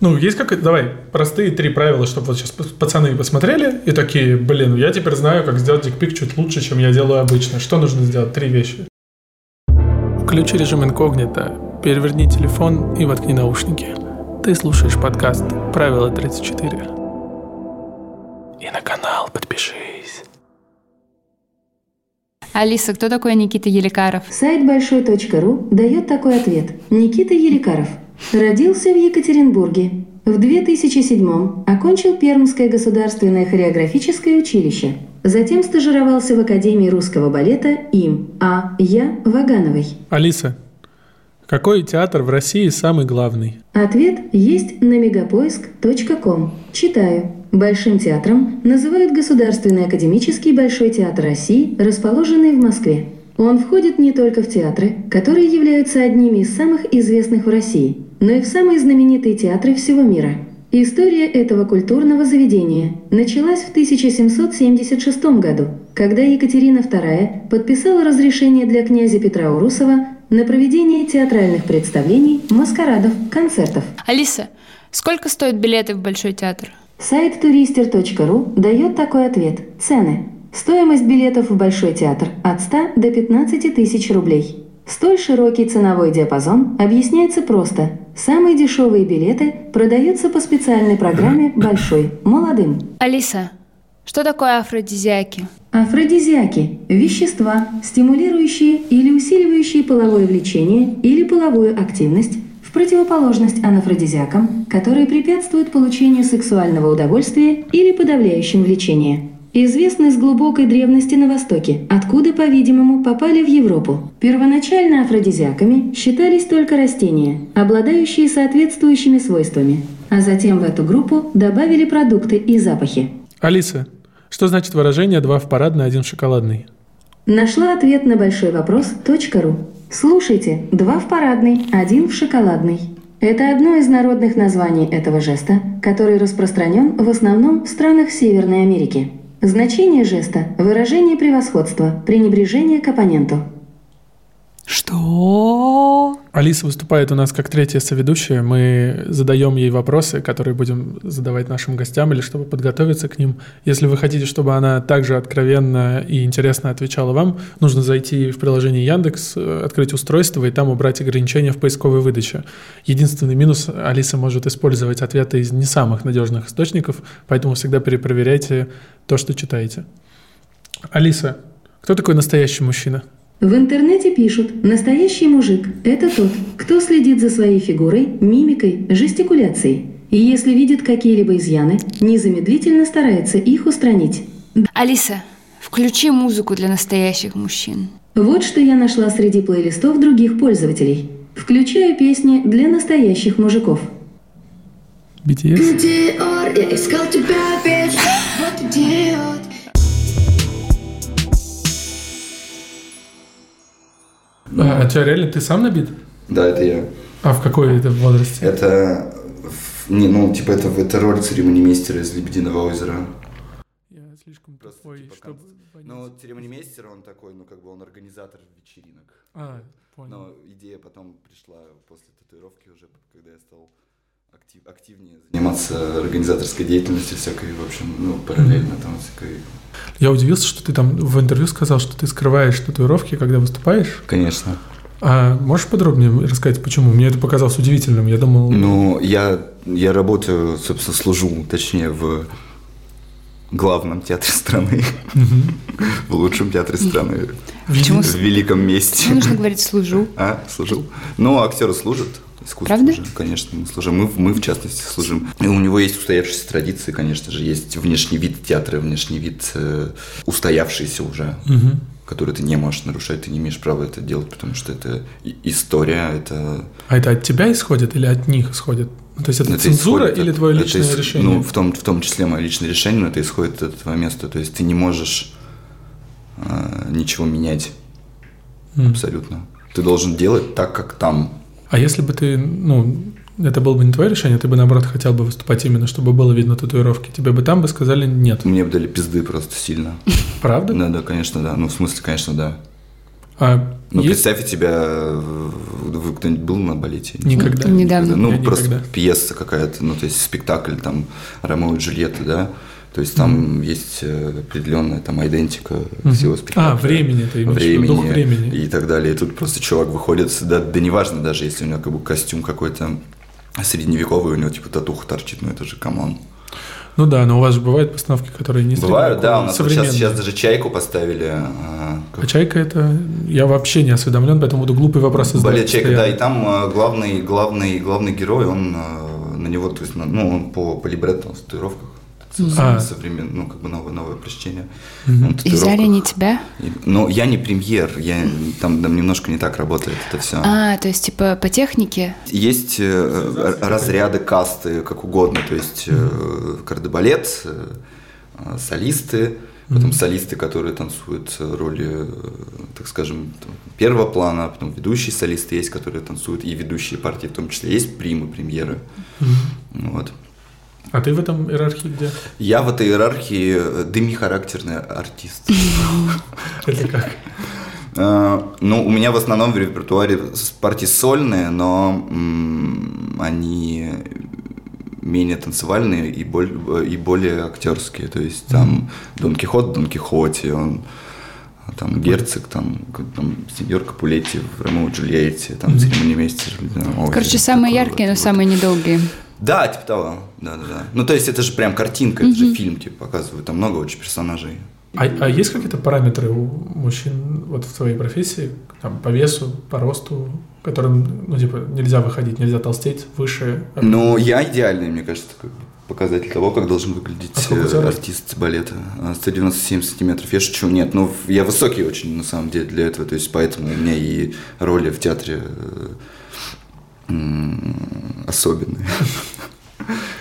Ну, есть как... Давай, простые три правила, чтобы вот сейчас пацаны посмотрели и такие, блин, я теперь знаю, как сделать дикпик чуть лучше, чем я делаю обычно. Что нужно сделать? Три вещи. Включи режим инкогнито, переверни телефон и воткни наушники. Ты слушаешь подкаст «Правило 34». И на канал подпишись. Алиса, кто такой Никита Еликаров? Сайт большой.ру дает такой ответ. Никита Еликаров. Родился в Екатеринбурге. В 2007 окончил Пермское государственное хореографическое училище. Затем стажировался в Академии русского балета им А. Я. Вагановой. Алиса, какой театр в России самый главный? Ответ есть на megapoisk.com. Читаю. Большим театром называют Государственный академический Большой театр России, расположенный в Москве. Он входит не только в театры, которые являются одними из самых известных в России, но и в самые знаменитые театры всего мира. История этого культурного заведения началась в 1776 году, когда Екатерина II подписала разрешение для князя Петра Урусова на проведение театральных представлений, маскарадов, концертов. Алиса, сколько стоят билеты в Большой театр? Сайт туристер.ру дает такой ответ. Цены. Стоимость билетов в Большой театр от 100 до 15 тысяч рублей. Столь широкий ценовой диапазон объясняется просто. Самые дешевые билеты продаются по специальной программе «Большой молодым». Алиса, что такое афродизиаки? Афродизиаки – вещества, стимулирующие или усиливающие половое влечение или половую активность, в противоположность анафродизиакам, которые препятствуют получению сексуального удовольствия или подавляющим влечение. Известны с глубокой древности на Востоке, откуда, по-видимому, попали в Европу. Первоначально афродизиаками считались только растения, обладающие соответствующими свойствами, а затем в эту группу добавили продукты и запахи. Алиса, что значит выражение «два в парадной, один в шоколадный»? Нашла ответ на большой вопрос .ру. Слушайте, два в парадный, один в шоколадный. Это одно из народных названий этого жеста, который распространен в основном в странах Северной Америки. Значение жеста – выражение превосходства, пренебрежение к оппоненту. Что? Алиса выступает у нас как третья соведущая. Мы задаем ей вопросы, которые будем задавать нашим гостям или чтобы подготовиться к ним. Если вы хотите, чтобы она также откровенно и интересно отвечала вам, нужно зайти в приложение Яндекс, э, открыть устройство и там убрать ограничения в поисковой выдаче. Единственный минус – Алиса может использовать ответы из не самых надежных источников, поэтому всегда перепроверяйте то, что читаете. Алиса, кто такой настоящий мужчина? В интернете пишут «Настоящий мужик – это тот, кто следит за своей фигурой, мимикой, жестикуляцией. И если видит какие-либо изъяны, незамедлительно старается их устранить». Алиса, включи музыку для настоящих мужчин. Вот что я нашла среди плейлистов других пользователей. Включаю песни для настоящих мужиков. BTS? Ты Диор, я искал тебя, бич Вот идиот А, а тебя реально ты сам набит? Да, это я. А в какой это возрасте? Это в- не, ну, типа, это, это роль церемонимейстера из «Лебединого озера». Я слишком Просто, тупой, типа, чтобы конс- понять. Ну, церемонимейстер, он такой, ну, как бы он организатор вечеринок. А, понял. Но идея потом пришла после татуировки уже, когда я стал актив- активнее заниматься организаторской деятельностью всякой, в общем, ну, параллельно там всякой. Я удивился, что ты там в интервью сказал, что ты скрываешь татуировки, когда выступаешь. Конечно. А можешь подробнее рассказать, почему? Мне это показалось удивительным. Я думал, Ну, я, я работаю, собственно, служу, точнее, в главном театре страны, в лучшем театре страны, Почему в великом месте. нужно говорить «служу»? А, служил. Ну, актеры служат. Искусство Правда? же, конечно, мы служим. Мы, в- мы, в частности, служим. И у него есть устоявшиеся традиции, конечно же. Есть внешний вид театра, внешний вид э, устоявшийся уже, который ты не можешь нарушать, ты не имеешь права это делать, потому что это и- история, это... а это от тебя исходит или от них исходит? Ну, То есть это, это цензура исходит или от- твое это личное ис- решение? Ну, в том, в том числе мое личное решение, но это исходит от этого места. То есть ты не можешь э, ничего менять М. абсолютно. Ты должен делать так, как там. А если бы ты, ну, это было бы не твое решение, ты бы наоборот хотел бы выступать именно, чтобы было видно татуировки. Тебе бы там бы сказали нет. Ну, Мне бы дали пизды просто сильно. Правда? Да, да, Ну, конечно, да. Ну, в смысле, конечно, да. А Ну, есть? представьте себя, э, вы кто-нибудь был на балете? Никогда. Недавно. Ну, Я просто никогда. пьеса какая-то, ну, то есть спектакль, там, Ромео и Джульетта, да? То есть там есть э, определенная там идентика всего спектакля. А, времени ты имеешь в виду, времени, дух времени. и так далее. И тут просто чувак выходит, да, да неважно даже, если у него как бы костюм какой-то средневековый, у него типа татуха торчит, ну это же камон. Ну да, но у вас же бывают постановки, которые не Бывают, да, у нас вот сейчас, современные. сейчас даже чайку поставили. а, как- А чайка это... Я вообще не осведомлен, поэтому буду глупые вопросы задавать. Балет «Чайка», да, постоянно. и там э, главный, главный, главный герой, он э, на него, то есть, на- ну, он по, по либретто, он в татуировках, А. современно, ну, как бы новое, новое прочтение. Он в И взяли татуировках. не тебя? И- Но я не премьер, я, там, там немножко не так работает это все. А, то есть, типа, по технике? Есть э, р- разряды касты, как угодно, то есть э, кардебалет, э, э, солисты, потом солисты, которые танцуют э, роли, э, так скажем, там, первого плана, потом ведущие солисты есть, которые танцуют, и ведущие партии в том числе есть примы, премьеры. Вот. А ты в этом иерархии где? Я в этой иерархии э, дымихарактерный артист. Это как? Э, Ну, у меня в основном в репертуаре с- партии сольные, но м, они менее танцевальные и, боль- и более актерские. То есть там Дон Кихот в Дон Кихоте, он там Герцог, там, к- там сеньор Капулетти в Ромео и Джульетте, там церемонимейстер. Ой, Короче, такой самые вот, яркие, но вот. самые недолгие. Да, типа того, да-да-да. Ну, то есть это же прям картинка, это же фильм, типа, показывают, там много очень персонажей. А, а есть какие-то параметры у мужчин вот в твоей профессии, там, по весу, по росту, которым, ну, типа, нельзя выходить, нельзя толстеть, выше? Ну, я идеальный, мне кажется, такой показатель того, как должен выглядеть А сколько э, тебе рост? артист балета. А, 197 сантиметров. Я шучу, нет, ну, в- я высокий очень, на самом деле, для этого, то есть, поэтому у меня и роли в театре э, м, особенные.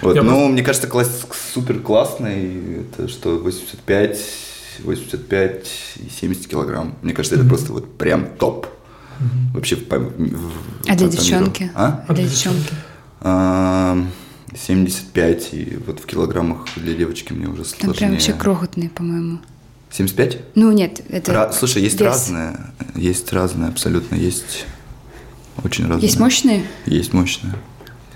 Вот, Я ну, мне кажется, класс, супер классный, это что, 85, 85 и 70 килограмм. Мне кажется, это просто вот прям топ. Вообще по- в- в- А для по миру. девчонки? А? Для девчонки. А, 75, и вот в килограммах для девочки мне уже Там сложнее. прям вообще крохотные, по-моему. 75? Ну, нет, это... Ра- Слушай, есть вес. разные, есть разные абсолютно, есть очень разные. Есть мощные? Есть мощные.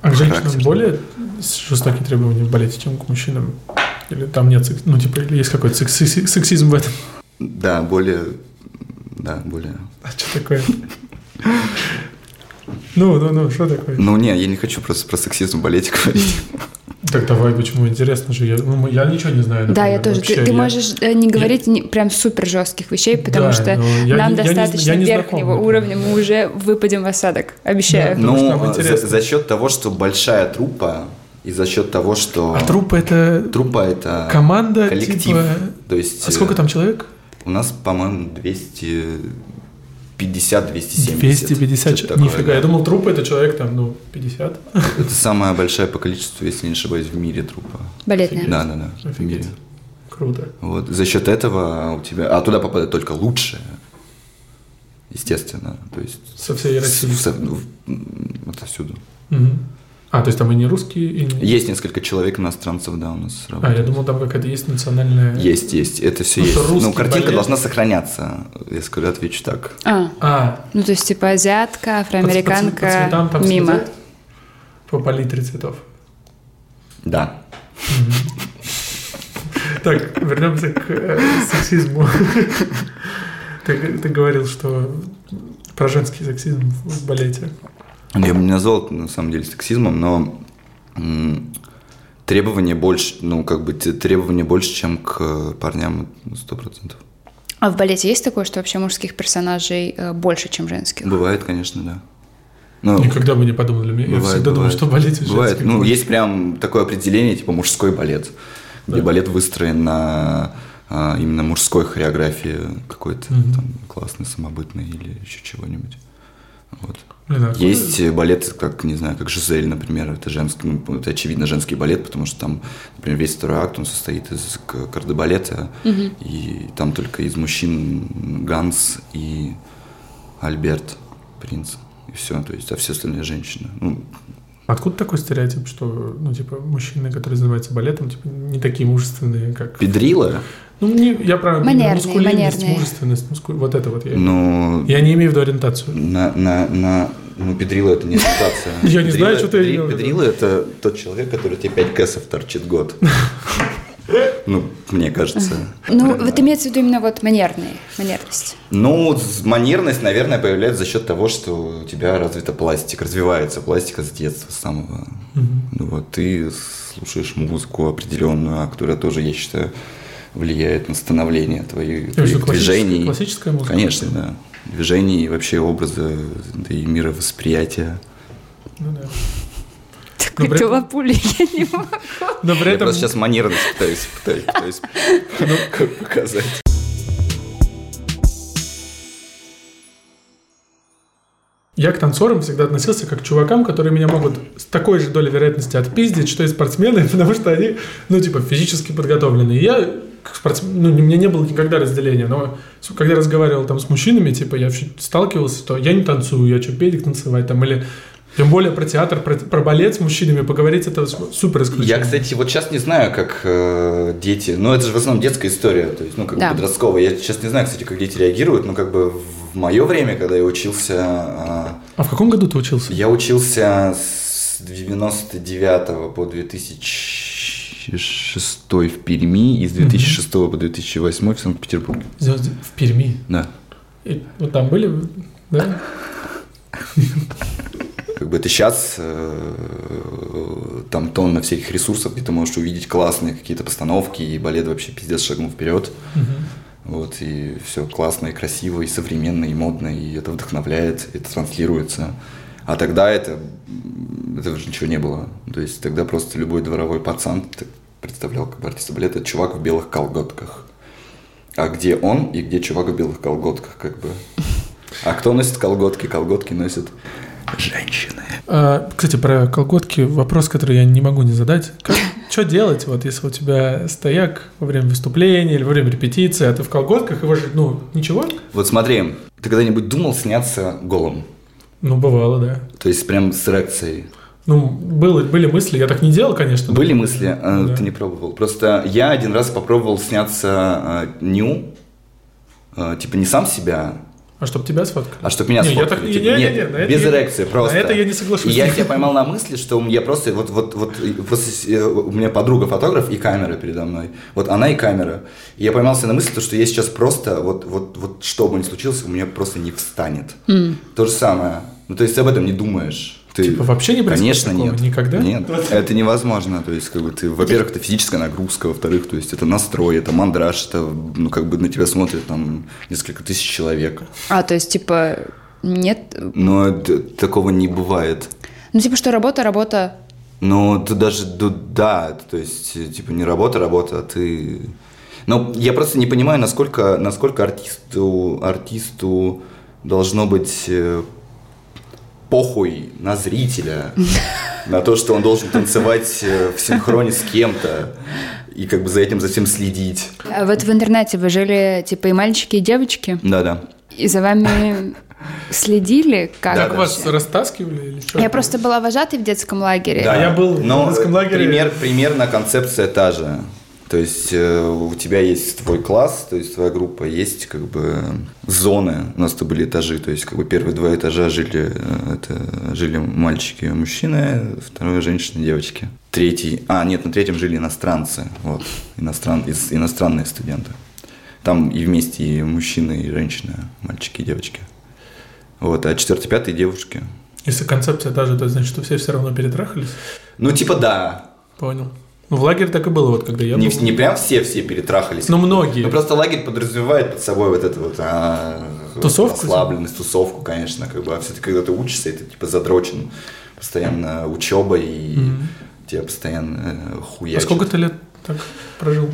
А к женщинам характер. более с- жестокие требования в балете, чем к мужчинам? Или там нет, секс- ну, типа, или есть какой-то секси- сексизм в этом? Да, более, да, более. А что такое? Ну, ну, ну, что такое? Ну, не, я не хочу просто про сексизм в балете говорить. Так давай, почему интересно же? Я, ну, я ничего не знаю. Да, я например, тоже. Ты, Э, вообще. ты Я- можешь э, не говорить не- прям супер жестких вещей, потому Да, что но я не- нам я не- достаточно я не знаком, верхнего например. уровня, мы уже выпадем в осадок, обещаю. Потому что Ну, нам за, интересно. за счет того, что большая трупа, и за счет того, что... А труппа это... Труппа это Команда, коллектив. типа- То есть, А сколько э, там человек? У нас, по-моему, 250 270 250 Что-то человек. такое, Нифига, да. я думал, труппа это человек там, ну, 50. Это самая большая по количеству, если не ошибаюсь, в мире трупа. Балетная. Да, да, да. В Офигеть. мире. Круто. Вот. За счет этого у тебя. А туда попадает только лучшее. Естественно. То есть. Со всей России. с- со- ну, м, отовсюду. Мгм. А, то есть там и не русские, и не... Есть несколько человек иностранцев, да, у нас А, работает. я думал, там какая-то есть национальная... Есть, есть, это все Ну, есть. что русский Но картинка балет- должна сохраняться, я скажу, отвечу так. А, А, ну то есть типа по, ц- по азиатка, ц- по афроамериканка, цветам там мимо. следят? По палитре цветов. Да. Так, вернемся к э, сексизму. Ты, ты говорил, что про женский сексизм в балете. Я бы не назвал это, на самом деле, сексизмом, но м, требования больше, ну, как бы те- требования больше, чем к э, парням, ну, сто процентов. А в балете есть такое, что вообще мужских персонажей э, больше, чем женских? Бывает, конечно, да. Ну, Никогда бы не подумал для меня. я всегда думал, что в балете Бывает. женский. Ну, есть прям такое определение, типа мужской балет, где балет выстроен на а, именно мужской хореографии какой-то там классной, самобытной или еще чего-нибудь. Вот. Блин, а откуда- Есть э, балеты, как, не знаю, как Жизель, например, это женский, ну, это очевидно женский балет, потому что там, например, весь второй акт, он состоит из к- кардебалета, и там только из мужчин Ганс и Альберт, принц, и все, то есть, а все остальные женщины. Ну, Откуда такой стереотип, что, ну, типа, мужчины, которые занимаются балетом, типа, не такие мужественные, как... Педрила, Ну, мне, я правильно Манерные, мускулинность, манерные. мужественность, мускул- вот это вот я. Ну. Но Я не имею в виду ориентацию. на, на, на... Ну, педрила это не ситуация. Я не знаю, что ты имел в виду. Педрила это тот человек, который тебе 5 кэсов торчит год. Ну, мне кажется. Ну, вот имеется в виду именно вот манерные, манерность. Ну, с- манерность, наверное, появляется за счет того, что у тебя развита пластика, развивается пластика с детства самого. Ну Вот, ты слушаешь музыку определенную, а которая тоже, я считаю, влияет на становление твоих, Я имею в твоих виду Ну, классическая- движений. классическая музыка? Конечно, да. Движений и вообще образа, да и мировосприятия. Ну, да. Такой Ну, при- белопулей я не могу. Но при Я этом просто сейчас манерность пытаюсь, пытаюсь, пытаюсь Ну, как показать. я к танцорам всегда относился как к чувакам, которые меня могут с такой же долей вероятности отпиздить, что и спортсмены, потому что они, ну, типа, физически подготовлены. И я как спортсмен, ну, у меня не было никогда разделения, но с- когда я разговаривал там с мужчинами, типа, я вообще сталкивался, что я не танцую, я что, педик танцевать там, или тем более про театр, про, про балет с мужчинами поговорить, это с- супер исключение. Я, кстати, вот сейчас не знаю, как э, дети, ну это же в основном детская история, то есть, ну как Да. бы подростковая. Я сейчас не знаю, кстати, как дети реагируют, но как бы в мое время, когда я учился, А в каком году ты э, учился? я учился с 99 по 2006 в Перми и с 2006 по 2008 в Санкт-Петербурге. Звезды- В Перми. Да. И вот там были, да? Как бы это сейчас там тонна всяких ресурсов, где ты можешь увидеть классные какие-то постановки, и балет вообще пиздец шагнул вперед. Вот, и все классно, и красиво, и современно, и модно, и это вдохновляет, это транслируется. А тогда это, м, этого же ничего не было. То есть тогда просто любой дворовой пацан ты представлял как бы артиста балета, чувак в белых колготках. А где он и где чувак в белых колготках, как бы. А кто носит колготки? Колготки носят женщины. А, кстати, про колготки вопрос, который я не могу не задать. Что делать, вот если у тебя стояк во время выступления или во время репетиции, а ты в колготках, и же, ну, ничего? Вот смотри, ты когда-нибудь думал сняться голым? Ну, бывало, да. То есть прям с эрекцией? Ну, было, были мысли, я так не делал, конечно. но- Были мысли, э, Да. ты не пробовал. Просто я один раз попробовал сняться э, ню, э, типа не сам себя, А чтобы тебя сфоткали? а чтобы меня Не, я сфоткали. так- не- Типа, не- не- нет, не, на это без я- эрекции на просто. это я не соглашусь. И я тебя поймал на мысли, что я просто вот вот вот и просто с- э, у меня подруга фотограф и камера передо мной. Вот она и камера. И я поймался на мысли, то, что я сейчас просто вот вот вот что бы ни случилось, у меня просто не встанет. То же самое. Ну то есть ты об этом не думаешь. Ты... Типа, вообще не происходит Конечно, такого? нет. Никогда? Нет. Это невозможно. То есть, как бы ты, во-первых, это физическая нагрузка, во-вторых, то есть это настрой, это мандраж, это, ну, как бы на тебя смотрят там несколько тысяч человек. А, то есть, типа, нет... Но это- такого не бывает. Ну, типа, что работа, работа... Ну, ты даже, ду- да, то есть, э, типа, не работа, работа, а ты... Ну, я просто не понимаю, насколько, насколько артисту, артисту должно быть э, похуй на зрителя, на то, что он должен танцевать э, в синхроне с кем-то и как бы за этим, за всем следить. А вот в интернете вы жили, типа, и мальчики, и девочки, Да-да. и за вами следили, как Да, Как да. вас вообще? растаскивали или что? Я просто была вожатой в детском лагере. Да. А я был в но детском лагере. Пример, примерно концепция та же. То есть э, у тебя есть твой класс, то есть твоя группа, есть как бы зоны. У нас то были этажи, то есть как бы первые два этажа жили, э, это, жили мальчики и мужчины, второе женщины и девочки. Третий, а нет, на третьем жили иностранцы, вот, иностран, ис- иностранные студенты. Там и вместе и мужчины, и женщины, мальчики и девочки. Вот, а четвертый, пятый девушки. Если концепция та же, то значит, что все все равно перетрахались? Ну типа да, Понял. Ну, в лагере так и было, вот когда я Не, был. вс- не прям все-все перетрахались. Ну, многие. Ну, просто лагерь подразумевает под собой вот эту вот а, Тусовку? типа. расслабленность, тусовку, конечно. Как бы. А все-таки, когда ты учишься, и ты типа задрочен постоянно учебой, и тебя постоянно э, А хуячат. сколько ты лет так прожил?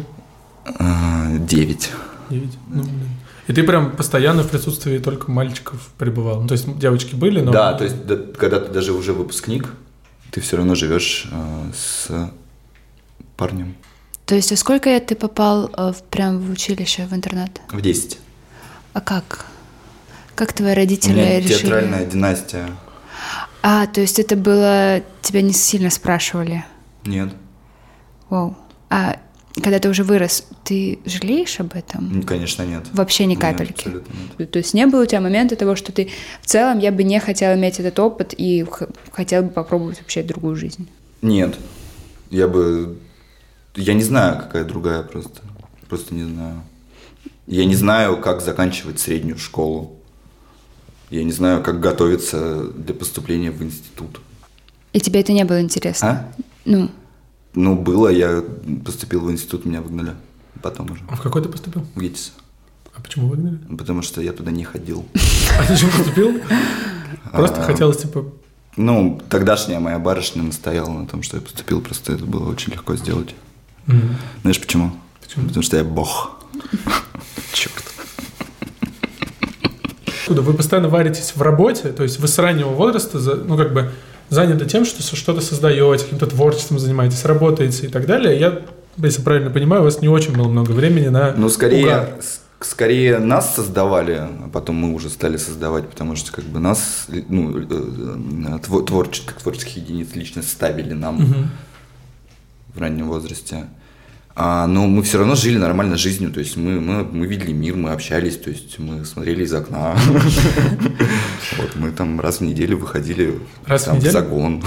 А, Девять. Девять. Ну, блин. И ты прям постоянно в присутствии только мальчиков пребывал. Ну, то есть девочки были, но... Да, то есть да, когда ты даже уже выпускник, ты все равно живешь э, с парнем То есть, а сколько лет ты попал э, в- прям в училище, в интернат? в 10. А как? Как твои У родители меня решили? театральная династия. А, то есть это было... Тебя не сильно спрашивали? Нет. Вау. А когда ты уже вырос, ты жалеешь об этом? Ну, конечно, нет. Вообще ни Нет, капельки. абсолютно нет. То есть не было у тебя момента того, что ты в целом я бы не хотела иметь этот опыт и х- хотела бы попробовать вообще другую жизнь. Нет. Я бы... Я не знаю, какая другая просто. Просто не знаю. Я не знаю, как заканчивать среднюю школу. Я не знаю, как готовиться для поступления в институт. И тебе это не было интересно? А? Ну, Ну, было, я поступил в институт, меня выгнали. Потом уже. А в какой ты поступил? В ГИТИС. А почему выгнали? Потому что я туда не ходил. А ты чем поступил? А. Просто хотелось, типа, Ну, тогдашняя моя барышня настояла на том, что я поступил. Просто это было очень легко сделать. м, Знаешь почему? Почему? Потому что я бог. Черт. Откуда вы постоянно варитесь в работе, то есть вы с раннего возраста, за- ну, как бы, заняты тем, что со- что-то создаете, каким-то творчеством занимаетесь, работаете и так далее. Я, если правильно понимаю, у вас не очень было много времени на Ну, угар. скорее, с- скорее нас создавали, а потом мы уже стали создавать, потому что как бы нас, ну, э, э, тво- творче- как творческих единиц лично ставили нам Мгм. в раннем возрасте. А, но мы все равно жили нормально жизнью, то есть мы, мы, мы видели мир, мы общались, то есть мы смотрели из окна. Вот мы там раз в неделю выходили Раз в там, в неделю? загон.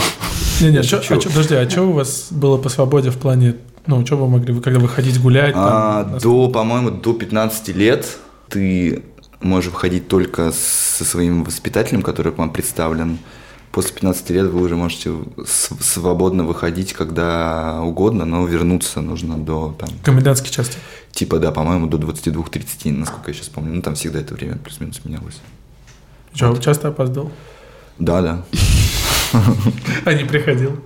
Не-не, а чё- чё? а чё- подожди, а что у вас было по свободе в плане, ну, что вы могли, вы когда выходить гулять? А, там, нас- до, по-моему, до 15 лет ты можешь выходить только со своим воспитателем, который к вам представлен. После 15 лет вы уже можете с- свободно выходить когда угодно, но вернуться нужно до там, Комендантский час. типа. типа, да, по-моему, до 22-30, насколько я сейчас помню. Ну, там всегда это время плюс-минус менялось. Чё, часто опаздывал? Да, да, А не приходил.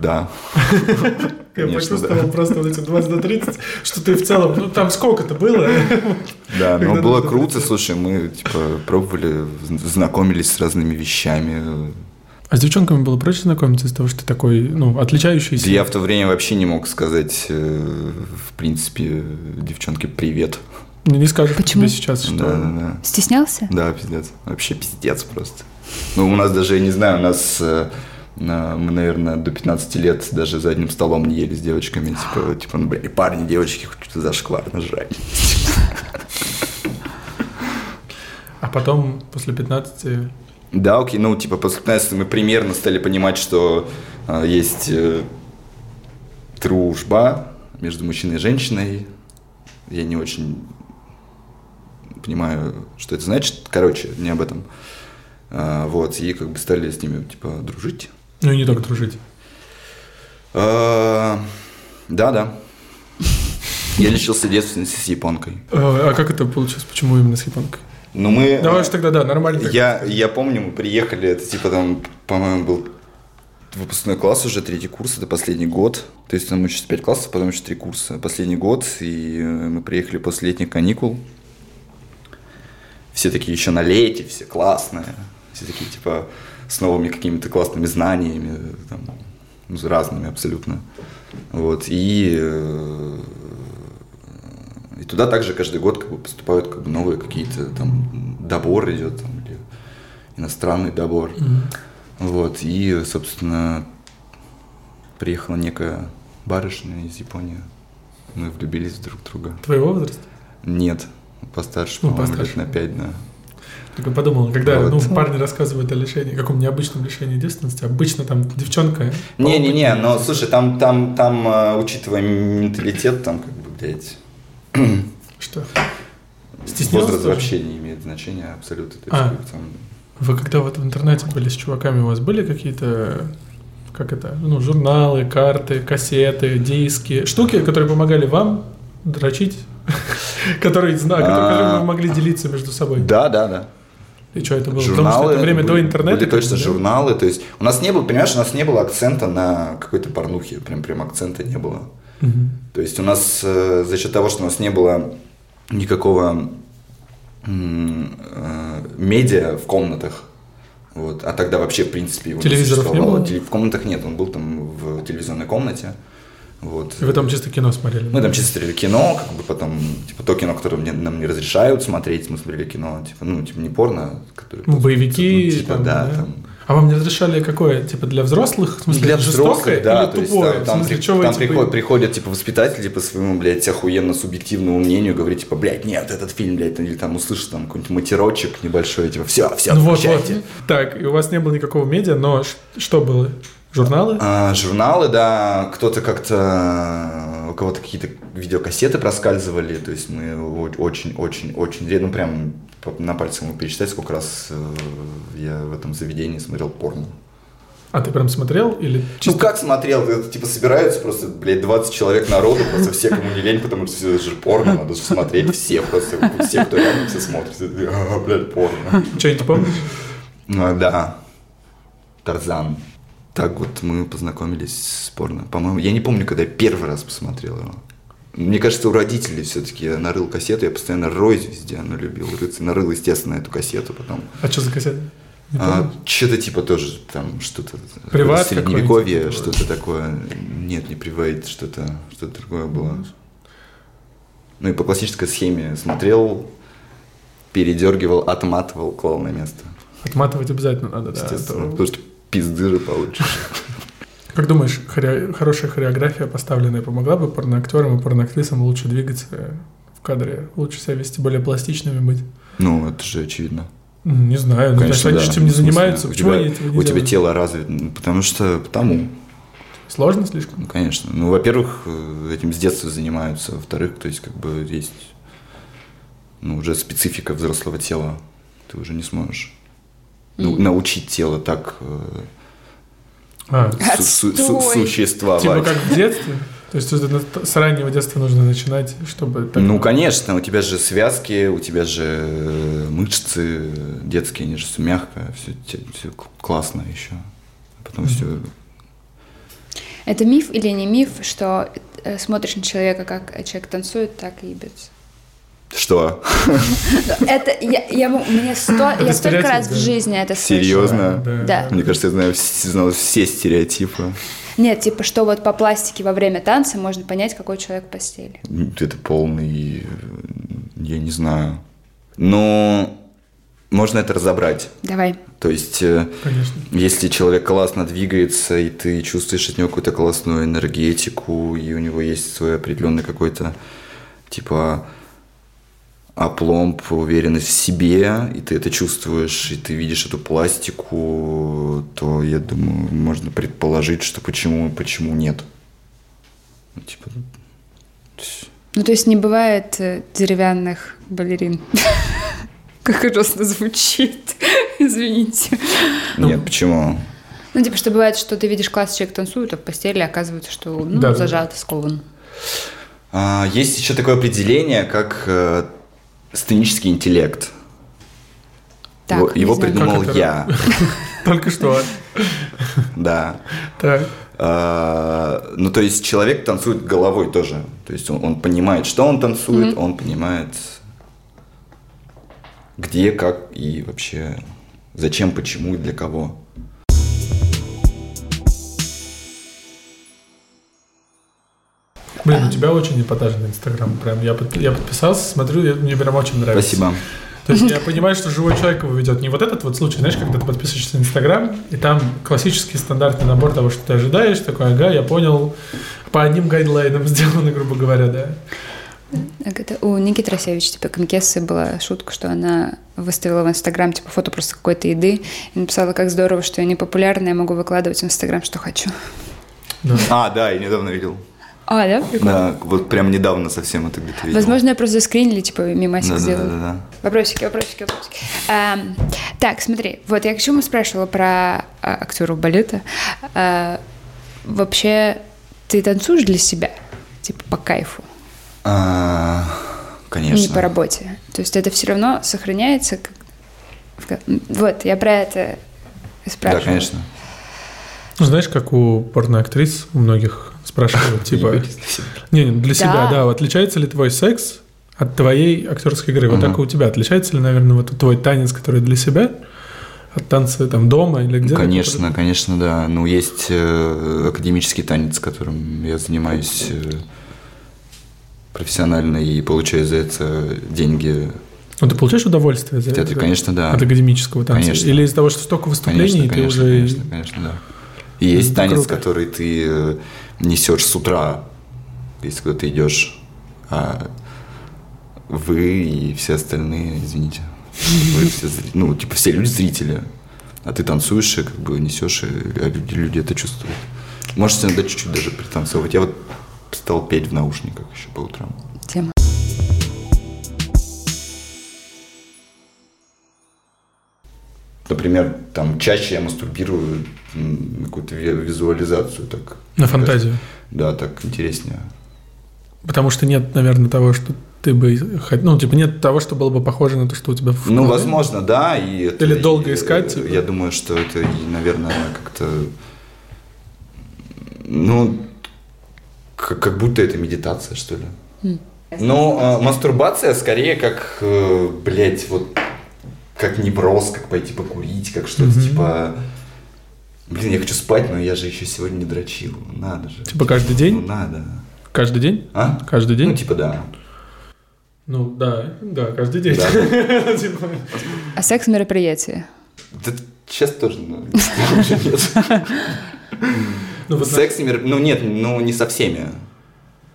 да. Я Конечно, почувствовал да. просто вот эти 20 до 30, что ты в целом, ну, там сколько-то было? Да, Когда но было нужно круто, слушай, мы, типа, пробовали, знакомились с разными вещами, А с девчонками было проще знакомиться из-за того, что ты такой, ну, отличающийся? Да я в то время вообще не мог сказать, э, в принципе, девчонке привет. Не, не скажешь Почему? тебе сейчас, что... Да, да, да. стеснялся? Да, пиздец. Вообще пиздец просто. Ну, у нас даже, я не знаю, у нас... э, на- мы, наверное, до 15 лет даже за одним столом не ели с девочками. Типа, типа ну, бля, и парни, девочки, хоть что-то зашкварно жрать. А потом, после 15... Да, окей, ну, типа, после 15 мы примерно стали понимать, что э, есть э, дружба между мужчиной и женщиной. Я не очень понимаю, что это значит. Короче, не об этом. А, вот, и как бы стали с ними, типа, дружить. Ну и не только дружить. А, Да-да. Я лишился девственности с японкой. Э, А как это получилось? Почему именно с японкой? Но мы... э, Давай же тогда, да, нормально. так. Я, я помню, мы приехали, это типа там, по-моему, был выпускной класс уже, третий курс, это последний год. То есть там учится пять классов, потом еще три курса. Последний год, и э, мы приехали после летних каникул. Все такие еще на лете, все классные. Все такие типа с новыми какими-то классными знаниями, э, там, ну, с разными абсолютно. Вот, и э, и туда также каждый год как бы поступают как бы новые какие-то там добор идет, там, или иностранный добор. Вот, и, собственно, приехала некая барышня из Японии. Мы влюбились друг в друга. Твоего возраста? Нет, постарше, Ну, по-моему, постарше. лет на пять, да. Только подумал, когда Вот. ну, парни рассказывают о лишении, каком необычном лишении девственности, обычно там девчонка... Не-не-не, но слушай, там, там, там, э, учитывая менталитет, там, как бы, блядь, Что? Стеснялся? возраст тоже? вообще не имеет значения абсолютно. То есть, А. как бы, там, Вы когда вот в интернете были с чуваками, у вас были какие-то как это, ну, журналы, карты, кассеты, диски, штуки, которые помогали вам дрочить, которые, зна- которые которые вы могли делиться между собой. А, Да, да, да. И что это было? Потому Журналы что это время до были- интернета. Были как бы, точно да? журналы. То есть у нас не было, понимаешь, у нас не было акцента на какой-то порнухе. Прям прям акцента не было. Мгм. То есть у нас э, за счет того, что у нас не было никакого м, э, медиа в комнатах. Вот. А тогда вообще, в принципе, его Телевизоров не существовало. было? Теле- В комнатах нет, он был там в телевизионной комнате. Вот. И вы там чисто кино смотрели? Мы там чисто смотрели кино, как бы потом, типа, то кино, которое мне- нам не разрешают смотреть, мы смотрели кино, типа, ну, типа, не порно, которое... Ну, боевики, типа, там, да, да. там, А вам не разрешали какое? Типа для взрослых? В смысле, для жестокое взрослых, да, или то есть тупое? там, в там смысле, при- чё вы, там типа, приход- приходят, типа, воспитатели по своему, блядь, охуенно субъективному мнению, говорят, типа, блядь, нет, этот фильм, блядь, или там услышишь там какой-нибудь матерочек небольшой, типа, все, все, Ну вот, вот. Так, и у вас не было никакого медиа, но ш- что было? Журналы? А, журналы, да, кто-то как-то, у кого-то какие-то видеокассеты проскальзывали, то есть мы очень-очень-очень редко, ну прям по- на пальце могу пересчитать, сколько раз э, я в этом заведении смотрел порно. А ты прям смотрел или Ну чисто- как смотрел, Это, типа собираются просто, блядь, 20 человек народу, просто все, кому не лень, потому что все же порно, надо же смотреть все, просто все, кто рядом, все смотрят, и ты, «А, блядь, порно. что-нибудь помнишь? Ну, Да. Тарзан. Так вот мы познакомились с порно. По-моему, я не помню, когда я первый раз посмотрел его. Мне кажется, у родителей все-таки я нарыл кассету, я постоянно роюсь везде, но любил рыться. Нарыл, естественно, эту кассету потом. А что за кассета? Не помню. что-то типа тоже там что-то э, Приват средневековье, какой-нибудь? что-то такое. Нет, не привайд, что-то что другое было. Ну и по классической схеме смотрел, передергивал, отматывал, клал на место. Отматывать обязательно надо, да. а Естественно, то- потому что пизды же получишь. Как думаешь, хоре- хорошая хореография, поставленная, помогла бы порноактерам и порноактрисам лучше двигаться э, в кадре, лучше себя вести, более пластичными быть? Ну, это же очевидно. М, Не знаю, ну, Конечно, они да. же этим не В смысле, занимаются, у почему тебя- они этого не У тебя делают? тело развито, ну, потому что, потому, Сложно слишком? ну, конечно. Ну, во-первых, э, этим с детства занимаются, во-вторых, то есть, как бы, есть, ну, уже специфика взрослого тела, ты уже не сможешь ну, научить тело так э, А, су- су- су- Отстой. существовать. типа как в детстве? То есть это на- с раннего детства нужно начинать, чтобы... так- Ну, конечно, у тебя же связки, у тебя же э, мышцы детские, они же все мягко, все, классно еще. Потом все Это миф или не миф, что э, смотришь на человека, как человек танцует, так и ебется? Что? Это я, я м- мне сто, Это я столько стереотип, раз в да. жизни это слышала. Серьезно? Да. Мне кажется, я знаю, вс- знал все стереотипы. Нет, типа, что вот по пластике во время танца можно понять, какой человек в постели. Ну, Это полный... э, Я не знаю. Но можно это разобрать. Давай. То есть, э, Конечно. если человек классно двигается, и ты чувствуешь от него какую-то классную энергетику, и у него есть свой определенный какой-то, типа, опломб, уверенность в себе, и ты это чувствуешь, и ты видишь эту пластику, то, я думаю, можно предположить, что почему, почему нет. Ну, Типа, Ну, то есть не бывает э, деревянных балерин. Как ужасно звучит. Извините. нет, почему? Ну, типа, что бывает, что ты видишь класс, человек танцует, а в постели оказывается, что ну, Да, да, зажат, скован. А, Есть еще такое определение, как э, сценический интеллект. Так, его не его знаю. придумал Как это? я. Только что. Да. Так. А, ну, то есть человек танцует головой тоже. То есть он, он понимает, что он танцует, он понимает, где, как и вообще зачем, почему и для кого. Блин, у тебя очень эпатажный Инстаграм. Прям я, под- я подписался, смотрю, я- мне прям очень нравится. Спасибо. То есть я понимаю, что живой человек его ведет. Не вот этот вот случай, знаешь, когда ты подписываешься на Инстаграм, и там классический стандартный набор того, что ты ожидаешь, такой, ага, я понял, по одним гайдлайнам сделано, грубо говоря, да. Так, это у Никиты Росевича, типа, Камкессы была шутка, что она выставила в Инстаграм, типа, фото просто какой-то еды и написала, как здорово, что я не популярна, я могу выкладывать в Инстаграм, что хочу. А, да, я недавно видел. А, да? Прикольно. Да, вот прям недавно совсем это где-то видел. Возможно, я просто заскринили, типа, мимасик да, да, да, сделала. да, да. Вопросики, вопросики, вопросики. Эм, так, смотри, вот я к чему спрашивала про а, актеров балета. Э, вообще, ты танцуешь для себя? Типа по кайфу, А, не по конечно. работе. То есть это все равно сохраняется как... в ка- Вот, я про это и Да, спрашивала. конечно. Ну, Знаешь, как у порноактрис у многих спрашивают, типа... Не, не, для себя, Да. да. Отличается ли твой секс от твоей актерской игры? Вот Мгм. так и у тебя. Отличается ли, наверное, вот твой танец, который для себя, от танца там дома или Ну, где-то? Конечно, конечно, да. Ну, есть э, академический танец, которым я занимаюсь э, профессионально и получаю за это деньги Ну, ты получаешь удовольствие за В театре, это, да? конечно, да. От академического танца? Конечно. Или из-за того, что столько Конечно, выступлений, и ты конечно, уже... конечно, конечно, да. И есть Ну, танец, круто. который ты э, несешь с утра, если куда ты идешь, а вы и все остальные, извините, вы все зри- ну, типа все люди зрители, а ты танцуешь и как бы несешь, и, а люди, люди это чувствуют. Можешь иногда чуть-чуть даже пританцевать. Я вот стал петь в наушниках еще по утрам. Тема. Например, там чаще я мастурбирую м, на какую-то ви- визуализацию так. На фантазию. Да, так интереснее. Потому что нет, наверное, того, что ты бы... хот- Ну, типа, нет того, что было бы похоже на то, что у тебя... в Ну, голове. возможно, да. И это- Или долго и, искать, э, типа? Я думаю, что это, и, наверное, как-то... Ну, как, как будто это медитация, что ли. Ну, э, мастурбация скорее как, э, блядь, вот как неброс, как пойти покурить, как что-то типа... Блин, я хочу спать, но я же еще сегодня не дрочил. Надо же. Типа каждый день? Ну, надо. Каждый день? А? Каждый день? Ну, типа, да. Ну, да, да, каждый день. Да. Типа, А секс-мероприятие? Да, сейчас тоже ну, уже нет. ну, вот на- Секс, мер- ну нет, ну не со всеми.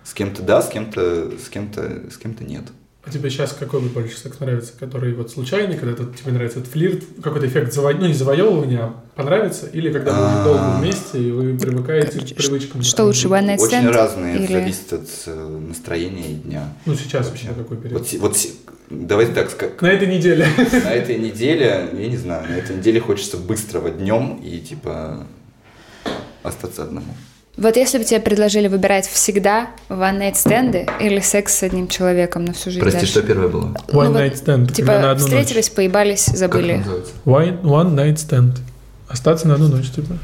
С кем-то да, с кем-то, с кем-то, с кем-то нет. А тебе сейчас какой бы больше секс нравится? Который вот случайный, когда тут тебе нравится этот флирт, какой-то эффект заво... ну, не завоевывания, а понравится? Или когда вы уже долго А. вместе, и вы привыкаете Короче, к привычкам? что лучше, one night Очень stand? разные, это А или- зависит от э, настроения и дня. Ну, сейчас вообще какой период? Вот, се- вот се- давайте так, как На этой неделе. на этой неделе, я не знаю, на этой неделе хочется быстрого днем и типа остаться одному. Вот если бы тебе предложили выбирать всегда one-night-стенды или секс с одним человеком на всю жизнь Прости, дальше? что первое было? One Ну вот, night stand, когда на Типа одну ночь. встретились, поебались, Как это забыли. называется? Wine- One night stand. Остаться на одну ночь, типа.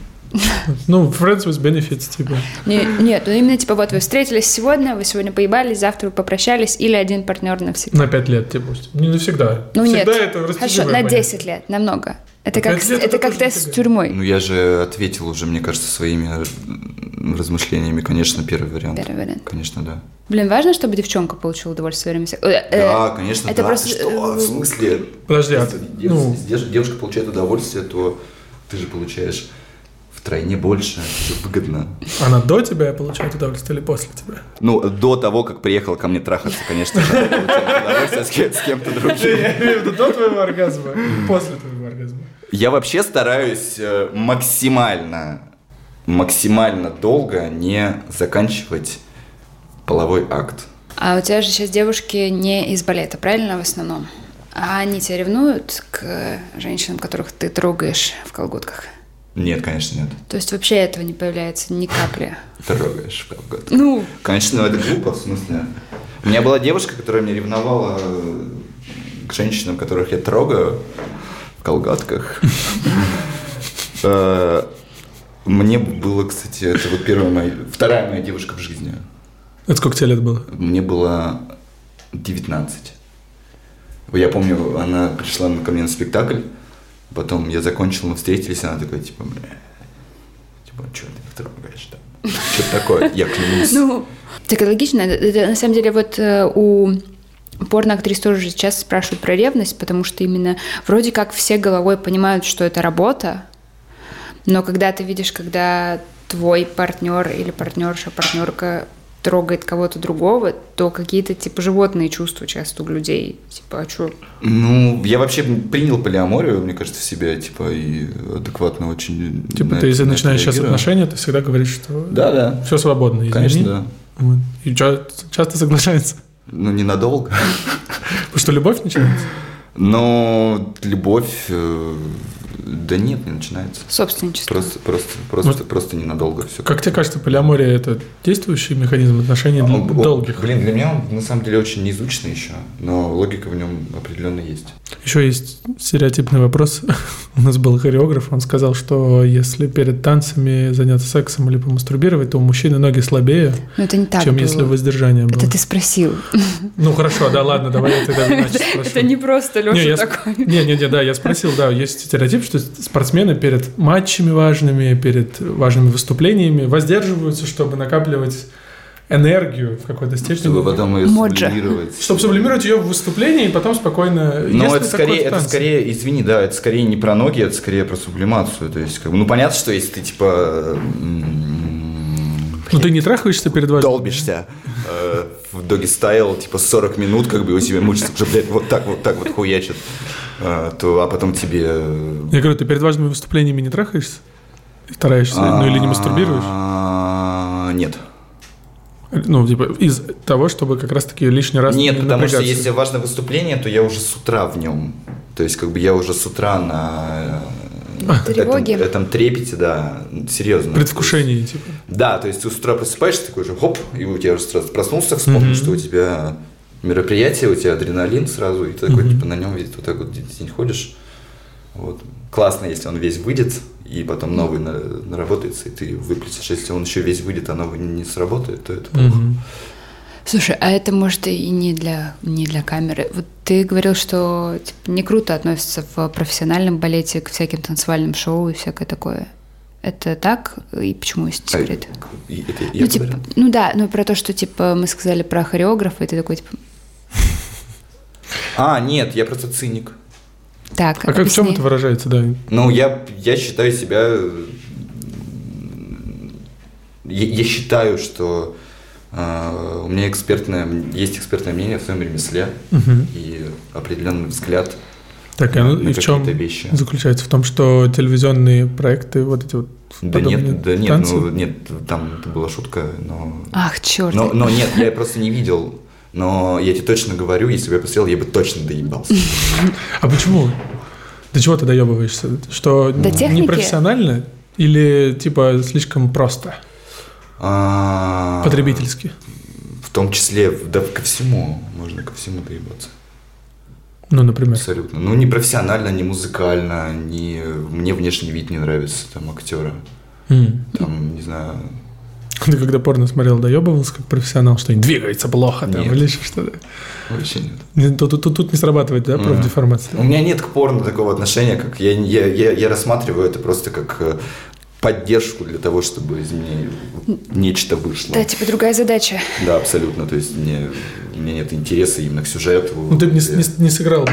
Ну, friends with benefits, типа. Не- нет, ну именно типа вот вы встретились сегодня, вы сегодня поебались, завтра вы попрощались или один партнер навсегда. На пять лет, типа. Не навсегда. Ну Всегда нет, это хорошо, растяжимое на понятие. 10 лет, намного. Это На как, пять с- лет это это как тоже тест с нифига. тюрьмой. Ну я же ответил уже, мне кажется, своими м, размышлениями, конечно, первый вариант. Первый вариант. Конечно, да. Блин, важно, чтобы девчонка получила удовольствие во время секса? Э, э, Да, конечно, это да. просто, Ты Что? э, В смысле? Подожди, а Если ты- дев- ну- если девушка, получает удовольствие, то ты же получаешь втройне больше, это же выгодно. Она до тебя получает удовольствие или после тебя? Ну, до того, как приехала ко мне трахаться, конечно же, она получает удовольствие с кем- с кем-то другим. Я имею в виду до твоего оргазма, после твоего оргазма. Я вообще стараюсь э, максимально, максимально долго не заканчивать половой акт. А у тебя же сейчас девушки не из балета, правильно, в основном? А они тебя ревнуют к женщинам, которых ты трогаешь в колготках? Нет, конечно, нет. То есть вообще этого не появляется ни капли? Трогаешь в колготку. Ну, Конечно, это глупо, в смысле. У меня была девушка, которая меня ревновала э, к женщинам, которых я трогаю в колготках. Э, Мне было, кстати, это вот первая моя, вторая моя девушка в жизни. Это сколько тебе лет было? Мне было 19. Я помню, она пришла на- ко мне на спектакль, потом я закончил, мы встретились, она такая, типа, «Бля, типа, что ты трогаешь там? Что такое? Я клянусь. ну, так это логично. Это, на самом деле вот э, у порно-актрис тоже часто спрашивают про ревность, потому что именно вроде как все головой понимают, что это работа, но когда ты видишь, когда твой партнер или партнерша, партнерка трогает кого-то другого, то какие-то типа животные чувства часто у людей. Типа, а чё? Ну, я вообще принял полиаморию, мне кажется, в себя, типа, и адекватно очень... Типа на ты, это- если на это начинаешь сейчас реагирую. отношения, ты всегда говоришь, что Да, да. все свободно, извини. Конечно, да. Вот. И ча- часто соглашается. Ну, ненадолго. Потому что любовь начинается. Но любовь... э, Да нет, не начинается. Собственничество. Просто, просто, просто, просто ненадолго все. Как тебе кажется, полиамория – это действующий механизм отношений Он- он- долгих? Ну, Блин, для меня он на самом деле очень неизученный еще, но логика в нем определенно есть. Еще есть стереотипный вопрос. У нас был хореограф, он сказал, что если перед танцами заняться сексом или помастурбировать, то у мужчины ноги слабее, Но Ну, это не так чем было. если воздержание было. Это ты спросил. Ну хорошо, да, ладно, давай я тогда иначе спрошу. Это не просто Не, я Леша с- такой. Не, не, не, да, я спросил, да, есть стереотип, что спортсмены перед матчами важными, перед важными выступлениями воздерживаются, чтобы накапливать энергию в какой-то степени. Чтобы потом ее Моджа. сублимировать. Чтобы сублимировать ее в выступлении и потом спокойно... Но Есть Ну, это ли такое скорее, в это танце? скорее, извини, да, это скорее не про ноги, это скорее про сублимацию. То есть, как бы, ну понятно, что если ты типа м, Ну ты не трахаешься перед вами? долбишься э, в доги стайл, типа 40 минут, как бы у тебя мышцы уже, блядь, вот так вот так вот хуячат, э, то, а потом тебе... э, Я говорю, ты перед важными выступлениями не трахаешься? Стараешься? Ну или не мастурбируешь? а, Нет. Ну, типа, из того, чтобы как раз-таки лишний раз Нет, не потому что напрягаться. если важное выступление, то я уже с утра в нем. То есть, как бы я уже с утра на э, Тревоги. этом, этом трепете, да, серьезно. Предвкушение, типа. Да, то есть ты с утра просыпаешься, такой же хоп, и у тебя уже сразу проснулся, вспомнил, что у тебя мероприятие, у тебя адреналин сразу, и ты такой, типа, на нем весь вот так вот день ходишь. Вот. Классно, если он весь выйдет, и потом новый на- наработается, и ты выключишь. Если он еще весь выйдет, а новый не сработает, то это плохо. Слушай, а это может и не для, не для камеры. Вот ты говорил, что типа, не круто относятся в профессиональном балете к всяким танцевальным шоу и всякое такое. Это так? И почему, если не А, секрет? и это я ну, типа, подарил? ну да, ну про то, что типа мы сказали про хореографа, и ты такой, типа, А, нет, я просто циник. так, А как в чем объясни. это выражается, да? Ну, я, я считаю себя... э, Я, я считаю, что э, у меня экспертное, есть экспертное мнение в своем ремесле Мгм. и определенный взгляд Так, а ну, на и в чем какие-то вещи. заключается? В том, что телевизионные проекты, вот эти вот Да подобные нет, да нет, танцы? ну, нет, там это была шутка, но... Ах, черт. Но, но нет, я просто не видел. Но я тебе точно говорю, если бы я посмотрел, я бы точно доебался. А почему? До чего ты доебываешься? Что До техники? непрофессионально или типа слишком просто, А, потребительски? В том числе, да ко всему, можно ко всему доебаться. Ну, например. Абсолютно. Ну, не профессионально, не музыкально, не... мне внешний вид не нравится, там, актера. М. Там, не знаю... Ты когда порно смотрел, доебывался как профессионал, что двигается плохо там Нет. или еще что-то? Вообще нет. Не, Тут, тут- тут не срабатывает, да, профдеформация? У меня нет к порно такого отношения, как я, я, я, я рассматриваю это просто как э, поддержку для того, чтобы из меня нечто вышло. Да, типа другая задача. Да, абсолютно. То есть мне, у меня нет интереса именно к сюжету. Э, Ну, ты бы не, с- не с- не сыграл бы.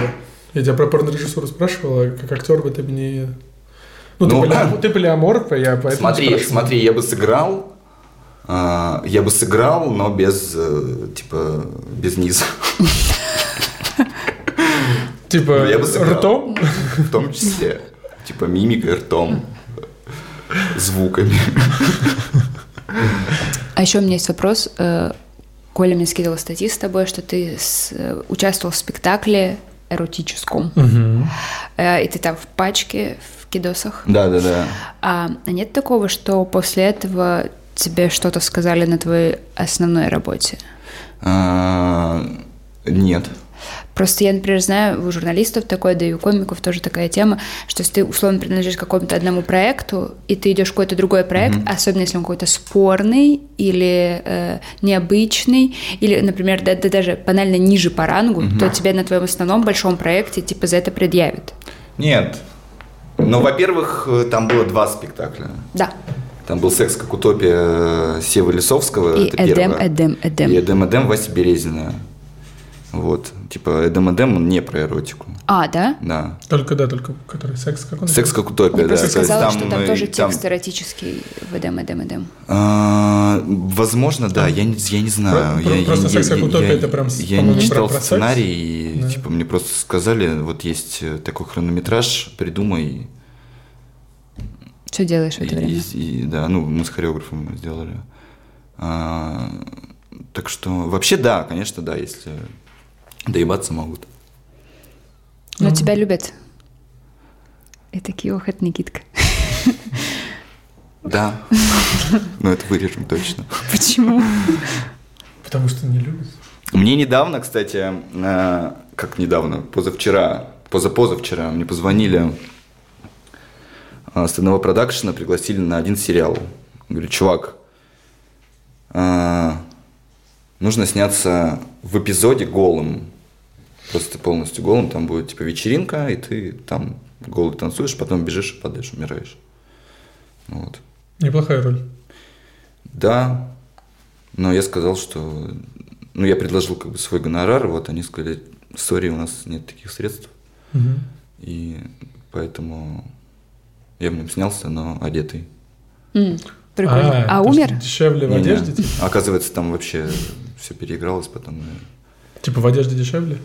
Я тебя про порнорежиссуру спрашивал, а как актер бы ты бы не... Ну, Ну, ты, поли- ты полиаморф, а я поэтому Смотри, спрашиваю. смотри, я бы сыграл, а, я бы сыграл, но без, э, типа, без низа. Типа, Ну, я бы сыграл. ртом? В том числе. Типа мимикой, ртом, звуками. А еще у меня есть вопрос. Э, Коля мне скидывал статьи с тобой, что ты с- э, участвовал в спектакле эротическом. Э, И ты там в пачке, в кидосах. Да, да, да. А нет такого, что после этого тебе что-то сказали на твоей основной работе? Нет. Просто я, например, знаю, у журналистов такое, да и у комиков тоже такая тема, что если ты условно принадлежишь к какому-то одному проекту, и ты идешь в какой-то другой проект, особенно если он какой-то спорный или э, необычный, или, например, да, да даже банально ниже по рангу, то тебе на твоем основном большом проекте типа за это предъявят. Нет. Но, во-первых, э, там было два спектакля. Да. Там был «Секс как утопия» Севы Лисовского. И это Эдем, первое. Эдем, Эдем. И Эдем Эдем Вася Березина. Вот. Типа Эдем Эдем, он не про эротику. А, да? Да. Только, да, только который секс, как он? «Секс как утопия», Я да. Ну, просто То есть сказала, что там э, тоже там- текст эротический в Эдем, Эдем, Эдем. А, Возможно, да, я не, я не знаю. Про- я, просто я- «Секс как я- утопия» я- это прям, Я по-моему, не про- читал про секс. сценарий, и, Да. типа мне просто сказали, вот есть э, такой хронометраж, придумай. Что делаешь в И, это время? и- и- да, ну мы с хореографом сделали. А, так что вообще да, конечно, да, если доебаться могут. Но Ну, Ну. тебя любят. И такие, ох, это Никитка. Да. Но это вырежем точно. Почему? Потому что не любит. Мне недавно, кстати, э, как недавно, позавчера, позапозавчера мне позвонили э, с одного продакшена, пригласили на один сериал. Говорю, чувак, э, нужно сняться в эпизоде голым. Просто полностью голым, там будет типа вечеринка, и ты там голый танцуешь, потом бежишь, падаешь, умираешь. Вот. Неплохая роль. Да, Но я сказал, что... Ну, я предложил как бы свой гонорар, вот они сказали, сори, у нас нет таких средств. Мгм. И поэтому я в нем снялся, но одетый. М, Прикольно. А то есть умер? Дешевле в Не-не. одежде? типа? Оказывается, там вообще все переигралось потом. наверное. Типа в одежде дешевле?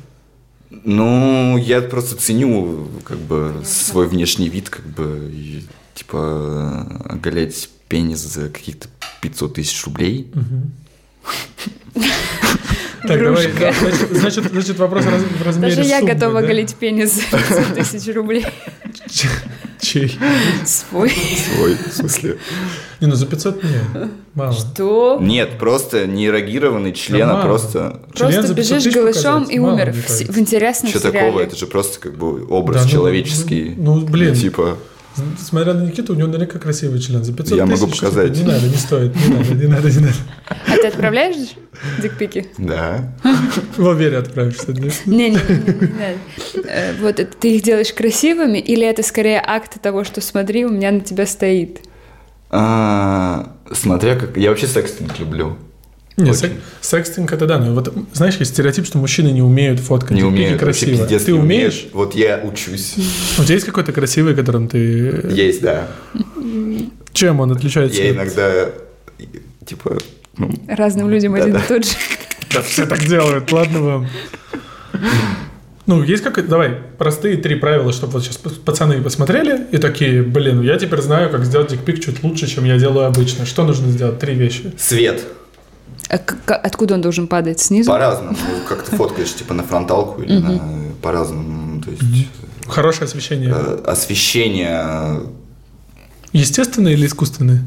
Ну, я просто ценю как бы свой внешний вид, как бы, и, типа, оголять пенис за каких-то 500 тысяч рублей. Так, давай, да, значит, значит, значит, вопрос раз- в размере Даже я суммы, готова да? голить пенис за 500 тысяч рублей. Ч- Чей? Свой. Свой, в смысле? Не, ну за 500 не, мало. То Нет, просто не эрогированный член, а Нормально. просто... Член просто за 500 бежишь тысяч голышом показать? и Мало, умер мне в с- кажется. в интересном Что такого? сериале. Это же просто как бы Да, образ ну, человеческий. ну, ну, блин. Типа, Смотря на Никиту, у него наверняка красивый член. За 500 Я могу тысяч, типа, показать. не надо, не стоит, не надо, не надо, не надо. А ты отправляешь дикпики? да. Во вере отправишься. не? Не, не, не, не надо. Э, Вот это ты их делаешь красивыми, или это скорее акт того, что смотри, у меня на тебя стоит? А, Смотря как... Я вообще секстинг люблю. Не, Очень. сек- секстинг это да, но вот знаешь, есть стереотип, что мужчины не умеют фоткать Не пики умею. это вообще красиво. пиздец, Ты не умею. умеешь? Вот я учусь. У тебя есть какой-то красивый, которым ты... Есть, да. Чем он отличается? Я иногда, типа, ну, Разным людям один и Да-да. тот же. Да все так делают, ладно вам. Ну, есть как... Давай, простые три правила, чтобы вот сейчас пацаны посмотрели и такие, блин, я теперь знаю, как сделать дикпик чуть лучше, чем я делаю обычно. Что нужно сделать? Три вещи. свет А к- к- Откуда он должен падать? Снизу? по-разному. Ну, Как ты фоткаешь, типа, на фронталку или на... по-разному. Ну, То есть Хорошее освещение. э, освещение, Естественное или искусственное?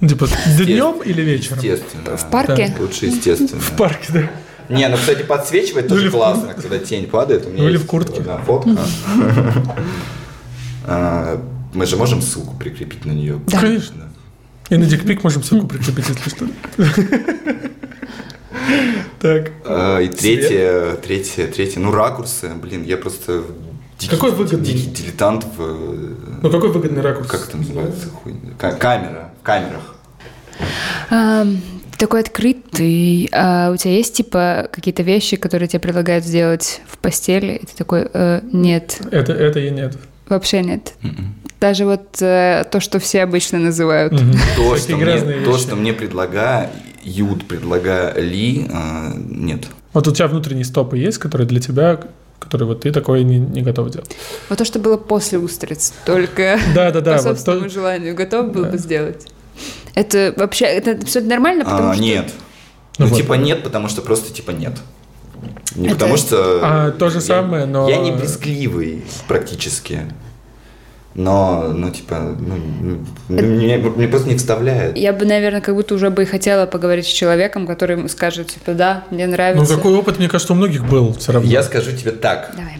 Ну, Типа днем или вечером? естественно. В парке? Лучше естественно. В парке, да. Не, ну, кстати, подсвечивать или тоже в классно, когда тень падает. У меня Ну, или есть в куртке. одна фотка. А, Мы же можем ссылку прикрепить на нее? Да. Конечно. И на дикпик можем ссылку прикрепить, если что. Так. А, И третье, третье, третье, ну ракурсы, блин, я просто дикий, Какой выгодный? дикий дилетант в, э, Ну какой выгодный ракурс? как это называется, хуй, ка- камера, в камерах. Ам, А, Такой открытый. А у тебя есть, типа, какие-то вещи, которые тебе предлагают сделать в постели? И ты такой, «Э, нет, Это, это и нет. вообще нет. Даже вот э, то, что все обычно называют. Мгм. То, что Всякие мне, грязные то, вещи. что мне предлагают, предлагали, а, нет. Вот у тебя внутренние стопы есть, которые для тебя, которые вот ты такой не, не готов делать. Вот то, что было после устриц, только Да-да-да, по вот собственному то- желанию готов был бы сделать. Это вообще, это все нормально, потому А, что... нет. Ну Ну, вот. типа нет, потому что просто типа нет. Не Это- потому что... А, то же я- самое, но- Я не брезгливый практически. Но, ну, типа, ну, ну, мне, мне просто не вставляет. Я бы, наверное, как будто уже бы и хотела поговорить с человеком, который скажет, типа, да, мне Ну нравится. какой опыт, мне кажется, у многих был все равно. Я скажу тебе так. Давай.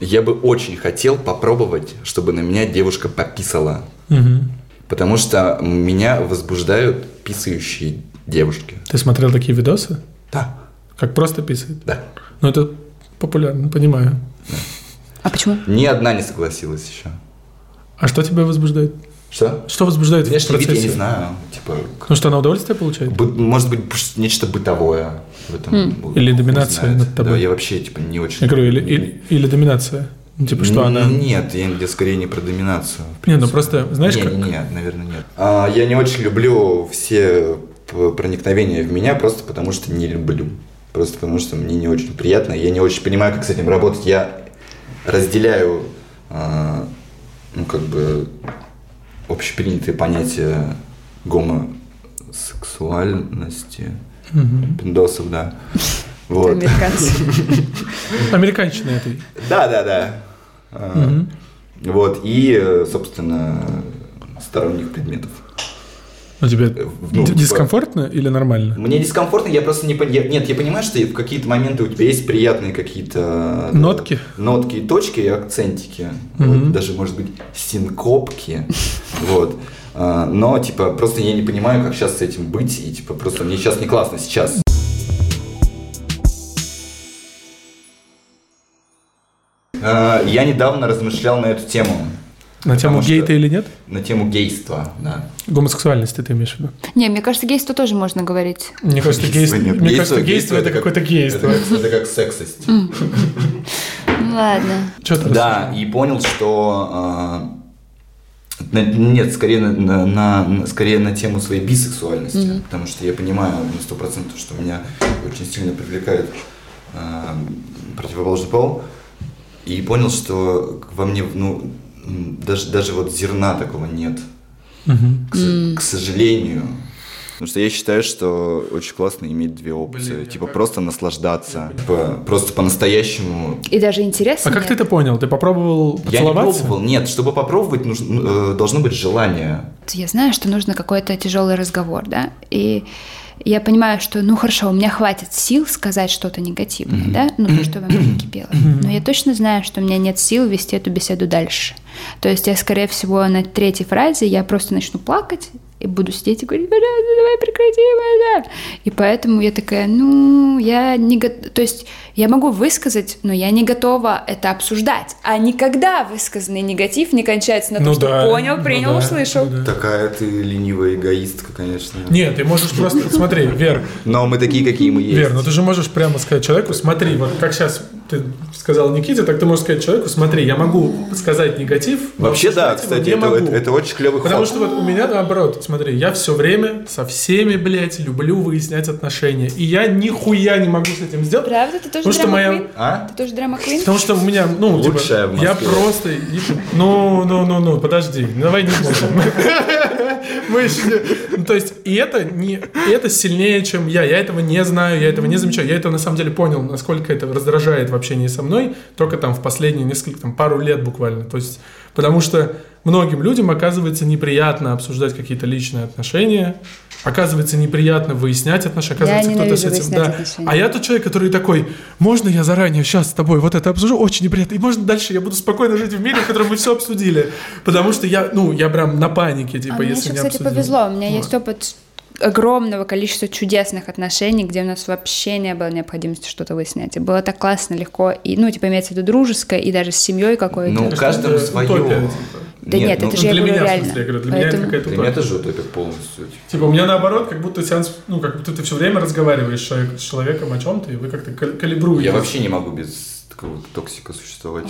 Я бы очень хотел попробовать, чтобы на меня девушка пописала. Мгм. Потому что меня возбуждают писающие девушки. Ты смотрел такие видосы? Да. Как просто писает? Да. Ну это популярно, понимаю. А почему? Ни одна не согласилась еще. А что тебя возбуждает? Что? Что возбуждает в Внешний вид я процессе? не знаю. Типа, Ну что, она удовольствие получает? бы- может быть, пш- нечто бытовое в этом. ну, Или хуй доминация знает. над тобой. Да, я вообще, типа, не очень... Я говорю, или, или, или доминация? Ну, типа, что Н- она... Нет, я, я скорее не про доминацию. в Не, ну принципе. просто, знаешь, не, как... не, не, наверное, нет. А, я не очень люблю все п- проникновения в меня, просто потому что не люблю. Просто потому что мне не очень приятно. Я не очень понимаю, как с этим работать. Я разделяю, а, ну, как бы, общепринятые понятия гомосексуальности. Пиндосов, да. Вот. Американцы. Американщина этой. Да, да, да. А, Мгм. Вот, и, э, собственно, сторонних предметов. Ну, тебе ну, д- типа- Ну, дискомфортно или нормально? Мне дискомфортно, я просто не понимаю. Нет, я понимаю, что в какие-то моменты у тебя есть приятные какие-то... э, Нотки? Нотки и точки, и акцентики. Мгм. Вот, даже, может быть, синкопки. Вот. А, Но, типа, просто я не понимаю, как сейчас с этим быть. И, типа, просто мне сейчас не классно сейчас. Э, А, Я недавно размышлял на эту тему. На тему Потому что- гей ты или нет? На тему гейства, да. Гомосексуальности ты имеешь в виду? Не, мне кажется, гейство тоже можно говорить. Мне кажется, гейство, Гейства нет. мне Гейство- кажется, гейство это как- какое-то гейство. Это, как- это как сексость. Ну ладно. Чё ты Да, и понял, что э, на- нет, скорее на, на- на- на- скорее на тему своей бисексуальности, потому что я понимаю на сто процентов, что меня очень сильно привлекает э, противоположный пол, и понял, что во мне ну м, даже даже вот зерна такого нет, Мгм. к, с- к сожалению. Потому что я считаю, что очень классно иметь две опции. Блин, я типа как- просто наслаждаться. Типа, просто по-настоящему И даже интересно. А как ты это понял? Ты попробовал я не поцеловаться? пробовал. Нет, чтобы попробовать, нужно, э, должно быть желание. Я знаю, что нужно какой-то тяжелый разговор, да, и я понимаю, что, ну хорошо, у меня хватит сил сказать что-то негативное, да, ну то, что во мне накипело. Но я точно знаю, что у меня нет сил вести эту беседу дальше. То есть я, скорее всего, на третьей фразе я просто начну плакать и буду сидеть и говорить, пожалуйста, давай прекрати, да. И поэтому я такая, ну, я не готова, то есть я могу высказать, но я не готова это обсуждать. А никогда высказанный негатив не кончается на том, Ну что да, понял, ну принял, да, услышал. ну да. Такая ты ленивая эгоистка, конечно. Нет, ты можешь просто... Смотри, Вер, Но мы такие, какие мы есть. Вер, ну ты же можешь прямо сказать человеку, смотри, вот как сейчас ты сказал Никите, так ты можешь сказать человеку, смотри, я могу сказать негатив. Вообще, да, обсуждать его кстати, не это, могу». это- это очень клевый Потому ход. что вот у меня наоборот, смотри, я все время со всеми, блядь, люблю выяснять отношения. И я нихуя не могу с этим сделать. Правда? Ты тоже Потому что драма моя- квин? А? Ты тоже драма квин? Потому что у меня, ну, типа, Лучшая в я Москве. просто... и- Ну, ну, ну, ну, подожди, давай не будем. Мы еще не- Ну, То есть, и это, не... и это сильнее, чем я. Я этого не знаю, я этого не замечаю. Я это на самом деле понял, насколько это раздражает в общении со мной, только там в последние несколько, там, пару лет буквально. То есть, потому что многим людям оказывается неприятно обсуждать какие-то личные отношения, оказывается неприятно выяснять отношения, оказывается, кто-то с ненавижу этим... выяснять да. отношения. А я тот человек, который такой, можно я заранее сейчас с тобой вот это обсужу, очень неприятно, и можно дальше я буду спокойно жить в мире, в котором мы все обсудили. Потому что я, ну, я прям на панике, типа, а мне если не еще, Ну кстати, обсудили. повезло. У меня Вот. есть опыт огромного количества чудесных отношений, где у нас вообще не было необходимости что-то выяснять. И было так классно, легко. И, ну, типа, имеется в виду дружеское, и даже с семьей какой-то. Ну, Это каждому же свое. утопия, типа. Да нет, это ну, же я для говорю меня, в реально. смысле, я говорю, для Поэтому- меня это Для какая-то меня утопия. тоже утопия полностью. Типа, у меня наоборот, как будто сеанс, ну, как будто ты все время разговариваешь с человек- с человеком о чем-то, и вы как-то кал- калибруете. Я вообще не могу без такого токсика существовать.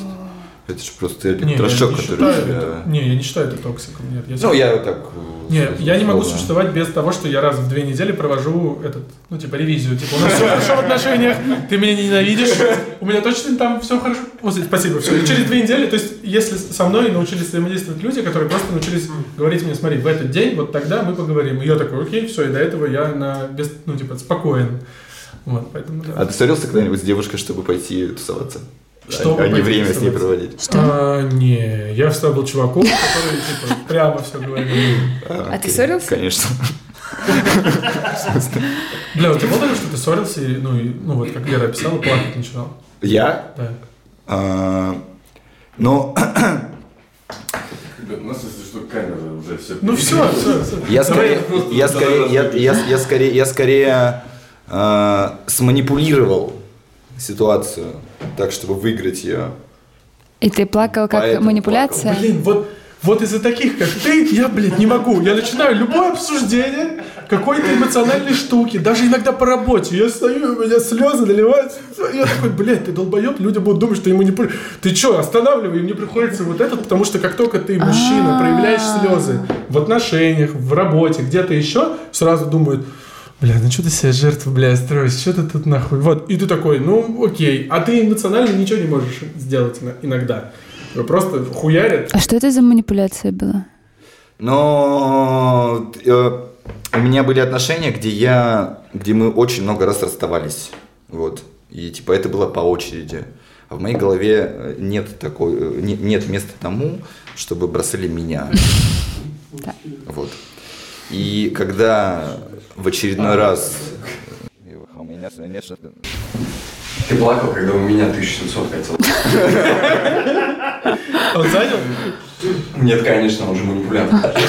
Это же просто не, я трошок, не который... считаю тебя- это- Не, я не считаю это токсиком, нет. я Ну, считаю- я вот так... э, Не, я не могу условно. существовать без того, что я раз в две недели провожу этот, ну, типа, ревизию. Типа, у нас все хорошо в отношениях, ты меня не ненавидишь, у меня точно там все хорошо. Вот, спасибо, все. И через две недели, то есть, если со мной научились взаимодействовать люди, которые просто научились говорить мне, смотри, в этот день, вот тогда мы поговорим. И я такой, окей, все, и до этого я на, без, ну, типа, спокоен. Вот, поэтому да. А ты ссорился когда-нибудь с девушкой, чтобы пойти тусоваться? Чтобы а, а не пойти время с ней тусоваться. проводить. А, не, я всегда был чуваком, который, типа, прямо все говорил. А ты ссорился? Конечно. Бля, у тебя было, что ты ссорился, и, ну, и, ну, вот, как Лера описала, плакать начинал? Я Да. А, ну, Но Ребят, у нас, если что, камера уже все... Ну все, все, я скорее, я скорее, я, я- я скорее, я скорее а, сманипулировал ситуацию так, чтобы выиграть ее. И ты плакал как Поэтому манипуляция? Блин, вот, вот из-за таких, как ты, я, блядь, не могу. Я начинаю любое обсуждение какой-то эмоциональной штуки, даже иногда по работе. Я стою, у меня слезы наливаются. Я такой, блядь, ты долбоеб, люди будут думать, что я манипулирую. Ты что, останавливай, и мне приходится вот этот, потому что как только ты мужчина, проявляешь слезы в отношениях, в работе, где-то еще, сразу думают, Бля, ну что ты себя жертву, бля, строишь, что ты тут нахуй? Вот, и ты такой, ну окей, а ты эмоционально ничего не можешь сделать ино- иногда. Тебя Просто хуярят. А что это за манипуляция была? Но э, у меня были отношения, где я, где мы очень много раз расставались, вот. И типа это было по очереди. А в моей голове э, нет такой, э, не- нет места тому, чтобы бросали меня. Вот. И когда в очередной раз Ты плакал, когда у меня 1700 хотел. А вот занял? Нет, конечно, он же манипулятор.